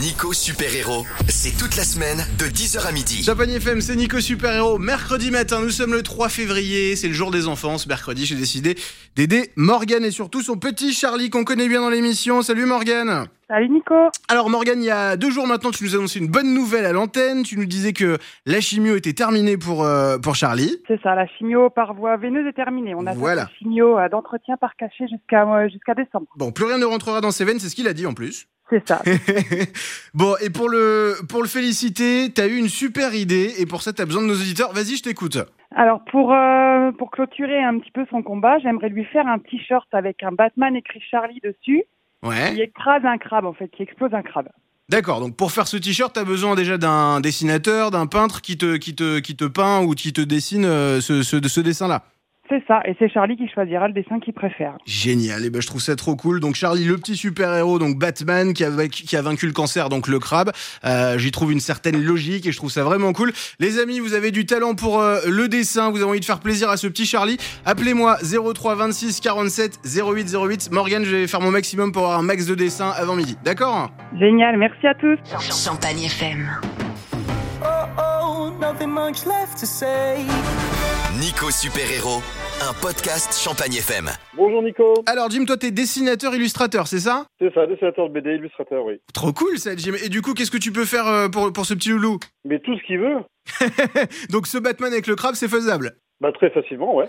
Nico Super Héros, c'est toute la semaine de 10h à midi. Japan FM, c'est Nico Super Héros. Mercredi matin, nous sommes le 3 février, c'est le jour des enfants. Ce mercredi, j'ai décidé d'aider Morgane et surtout son petit Charlie qu'on connaît bien dans l'émission. Salut Morgane Salut Nico. Alors Morgane, il y a deux jours maintenant, tu nous annonçais une bonne nouvelle à l'antenne. Tu nous disais que la chimio était terminée pour, euh, pour Charlie. C'est ça, la chimio par voie veineuse est terminée. On a Voilà. fait la chimio euh, d'entretien par cachet jusqu'à euh, jusqu'à décembre. Bon, plus rien ne rentrera dans ses veines, c'est ce qu'il a dit en plus. C'est ça. bon, et pour le, pour le féliciter, t'as eu une super idée et pour ça, t'as besoin de nos auditeurs. Vas-y, je t'écoute. Alors pour euh, pour clôturer un petit peu son combat, j'aimerais lui faire un t-shirt avec un Batman écrit Charlie dessus Ouais. qui écrase un crabe en fait, qui explose un crabe. D'accord, donc pour faire ce t-shirt, t'as besoin déjà d'un dessinateur, d'un peintre qui te, qui, te, qui te peint ou qui te dessine euh, ce, ce, ce dessin-là. C'est ça, et c'est Charlie qui choisira le dessin qu'il préfère. Génial, et ben je trouve ça trop cool. Donc Charlie, le petit super-héros, donc Batman, qui a, vac- qui a vaincu le cancer, donc le crabe, euh, j'y trouve une certaine logique et je trouve ça vraiment cool. Les amis, vous avez du talent pour euh, le dessin, vous avez envie de faire plaisir à ce petit Charlie, appelez-moi 03 26 47 08 08. Morgane, je vais faire mon maximum pour avoir un max de dessins avant midi, d'accord Génial, merci à tous. Champagne FM. Oh oh, nothing much left to say. Nico Super Héros, un podcast Champagne FM. Bonjour Nico, Alors Jim, toi t'es dessinateur-illustrateur, c'est ça c'est ça, dessinateur de BD, illustrateur, oui. Trop cool ça, Jim. Et du coup, qu'est-ce que tu peux faire euh, pour, pour ce petit loulou Mais tout ce qu'il veut, Donc ce Batman avec le crabe, c'est faisable bah très facilement, ouais.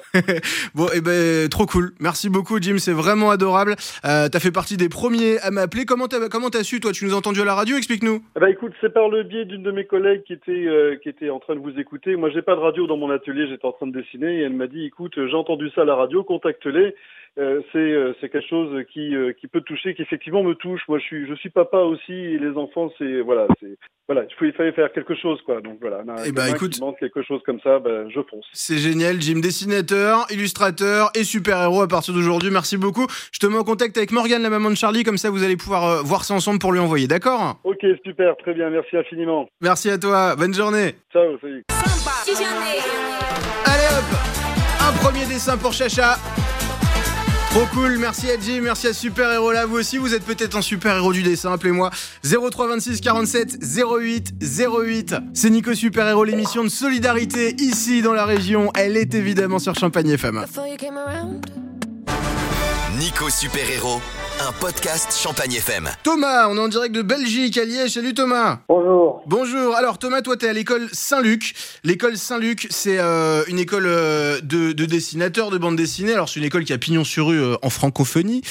Bon, et ben, trop cool. Merci beaucoup, Jim. C'est vraiment adorable. Euh, t'as fait partie des premiers à m'appeler. Comment t'as, comment t'as su, toi Tu nous as entendu à la radio Explique-nous. Eh Bah écoute, c'est par le biais d'une de mes collègues qui était euh, qui était en train de vous écouter. Moi, j'ai pas de radio dans mon atelier, j'étais en train de dessiner et elle m'a dit "Écoute, j'ai entendu ça à la radio, contacte-les." Euh, c'est euh, c'est quelque chose qui euh, qui peut te toucher, qui effectivement me touche. Moi, je suis je suis papa aussi et les enfants, c'est voilà, c'est voilà, il faut- il fallait faire quelque chose quoi. Donc voilà, un- Eh bah, quelqu'un écoute- qui demande quelque chose comme ça, bah, je fonce. C'est génial, Jim. Dessinateur, illustrateur et super-héros à partir d'aujourd'hui. Merci beaucoup. Je te mets en contact avec Morgane, la maman de Charlie. Comme ça, vous allez pouvoir euh, voir ça ensemble pour lui envoyer. D'accord OK, super, très bien, merci infiniment. Merci à toi. Bonne journée. Ciao, salut. Allez hop Un premier dessin pour Chacha Trop cool, merci à Jim, merci à Super Héros là, vous aussi, vous êtes peut-être un super héros du dessin, appelez-moi 0326 47 08 08. C'est Nico Super Héros, l'émission de solidarité ici dans la région, elle est évidemment sur Champagne FM. Before you came around. Nico Super Héros, un podcast Champagne FM. Thomas, on est en direct de Belgique, à Liège, salut Thomas Bonjour. Bonjour, alors Thomas, toi t'es à l'école Saint-Luc. L'école Saint-Luc, c'est euh, une école euh, de, de dessinateurs, de bande dessinée. Alors c'est une école qui a pignon sur rue euh, en francophonie.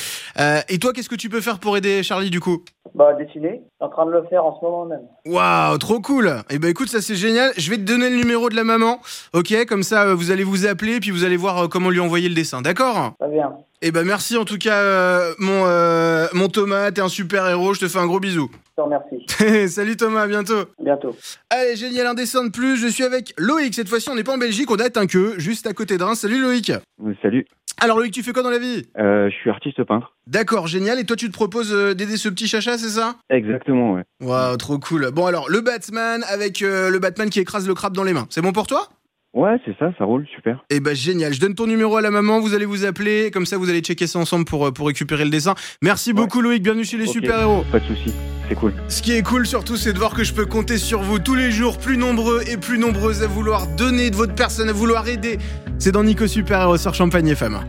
Euh, et toi, qu'est-ce que tu peux faire pour aider Charlie du coup Bah, dessiner. Je suis en train de le faire en ce moment même. Waouh, trop cool Eh ben écoute, ça c'est génial. Je vais te donner le numéro de la maman, ok Comme ça, euh, vous allez vous appeler, puis vous allez voir euh, comment lui envoyer le dessin, d'accord Très bien. Eh ben merci en tout cas, euh, mon, euh, mon Thomas, t'es un super héros, je te fais un gros bisou. Je te remercie. Salut Thomas, à bientôt À bientôt. Allez, génial, un dessin de plus. Je suis avec Loïc. Cette fois-ci, on n'est pas en Belgique, on est à Tinqueux, juste à côté de Reims. Salut Loïc. Euh, Salut, Alors Loïc, tu fais quoi dans la vie Euh, je suis artiste peintre. D'accord, génial. Et toi, tu te proposes euh, d'aider ce petit chacha, c'est ça Exactement, ouais. Waouh, trop cool. Bon, alors, le Batman avec euh, le Batman qui écrase le crabe dans les mains. C'est bon pour toi Ouais, c'est ça, ça roule, super. Eh ben, génial. Je donne ton numéro à la maman, vous allez vous appeler. Comme ça, vous allez checker ça ensemble pour, euh, pour récupérer le dessin. Merci beaucoup, Loïc. Bienvenue chez les Ok. super-héros. Pas de souci, c'est cool. Ce qui est cool surtout, c'est de voir que je peux compter sur vous tous les jours, plus nombreux et plus nombreuses à vouloir donner de votre personne, à vouloir aider. C'est dans Nico Super Héros sur Champagne et Femmes.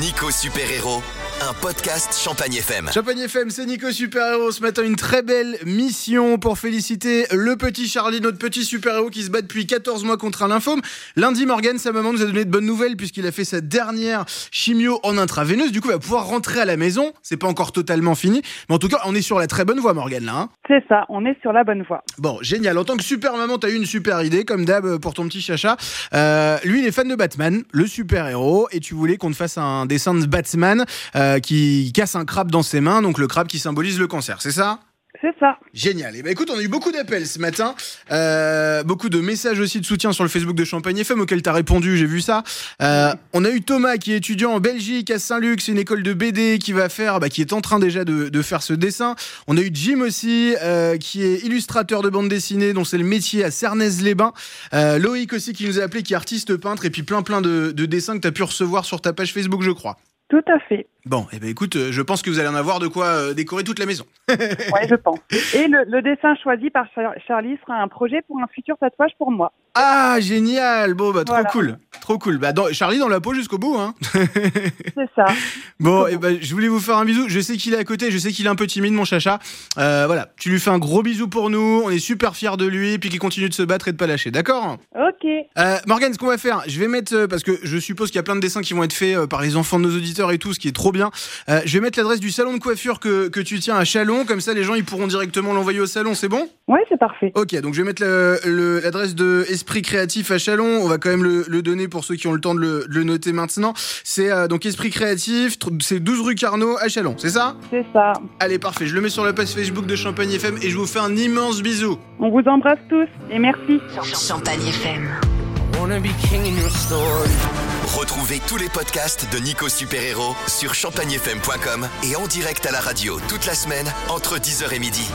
Nico Super Héros, un podcast Champagne FM. Champagne FM, c'est Nico Super Héros. Ce matin, une très belle mission pour féliciter le petit Charlie, notre petit super héros qui se bat depuis 14 mois contre un lymphome. Lundi, Morgan, sa maman nous a donné de bonnes nouvelles puisqu'il a fait sa dernière chimio en intraveineuse. Du coup, il va pouvoir rentrer à la maison. C'est pas encore totalement fini, mais en tout cas, on est sur la très bonne voie, Morgan, là. hein. C'est ça, on est sur la bonne voie. Bon, génial. En tant que super maman, t'as eu une super idée, comme d'hab, pour ton petit chacha. Euh, lui, il est fan de Batman, le super héros, et tu voulais qu'on te fasse un dessin de Batman euh, qui casse un crabe dans ses mains, donc le crabe qui symbolise le cancer, c'est ça C'est ça. Génial. Et ben écoute, on a eu beaucoup d'appels ce matin, euh, beaucoup de messages aussi de soutien sur le Facebook de Champagne FM auquel t'as répondu, j'ai vu ça. Euh, on a eu Thomas qui est étudiant en Belgique à Saint-Luc, c'est une école de BD qui va faire, bah, qui est en train déjà de, de faire ce dessin. On a eu Jim aussi euh, qui est illustrateur de bande dessinée, dont c'est le métier à Cernez-les-Bains. Euh, Loïc aussi qui nous a appelé, qui est artiste peintre, et puis plein plein de, de dessins que t'as pu recevoir sur ta page Facebook, je crois. Tout à fait. Bon, eh ben écoute, euh, je pense que vous allez en avoir de quoi euh, décorer toute la maison. Ouais, je pense. Et le, le dessin choisi par Char- Charlie sera un projet pour un futur tatouage pour moi. Ah, génial Bon, bah, trop Voilà. cool. Trop cool. Bah, dans- Charlie dans la peau jusqu'au bout, hein. C'est ça. Bon, eh ben, je voulais vous faire un bisou. Je sais qu'il est à côté, je sais qu'il est un peu timide, mon chacha. Euh, voilà, tu lui fais un gros bisou pour nous. On est super fiers de lui, puis qu'il continue de se battre et de pas lâcher, d'accord Ok. euh, Morgan, ce qu'on va faire, je vais mettre euh, parce que je suppose qu'il y a plein de dessins qui vont être faits euh, par les enfants de nos auditeurs et tout, ce qui est trop bien. Euh, je vais mettre l'adresse du salon de coiffure que, que tu tiens à Chalon, comme ça les gens ils pourront directement l'envoyer au salon, c'est bon Ouais, c'est parfait. Ok, donc je vais mettre le- le- l'adresse de Esprit Créatif à Chalon. On va quand même le, le donner pour ceux qui ont le temps de le, de le noter maintenant. C'est euh, donc Esprit Créatif, tr- c'est 12 rue Carnot à Chalon, c'est ça C'est ça. Allez, parfait. Je le mets sur la page Facebook de Champagne FM et je vous fais un immense bisou. On vous embrasse tous et merci. Champagne FM. Wanna be king in your story. Retrouvez tous les podcasts de Nico Super Héros sur champagnefm.com et en direct à la radio toute la semaine entre 10h et midi.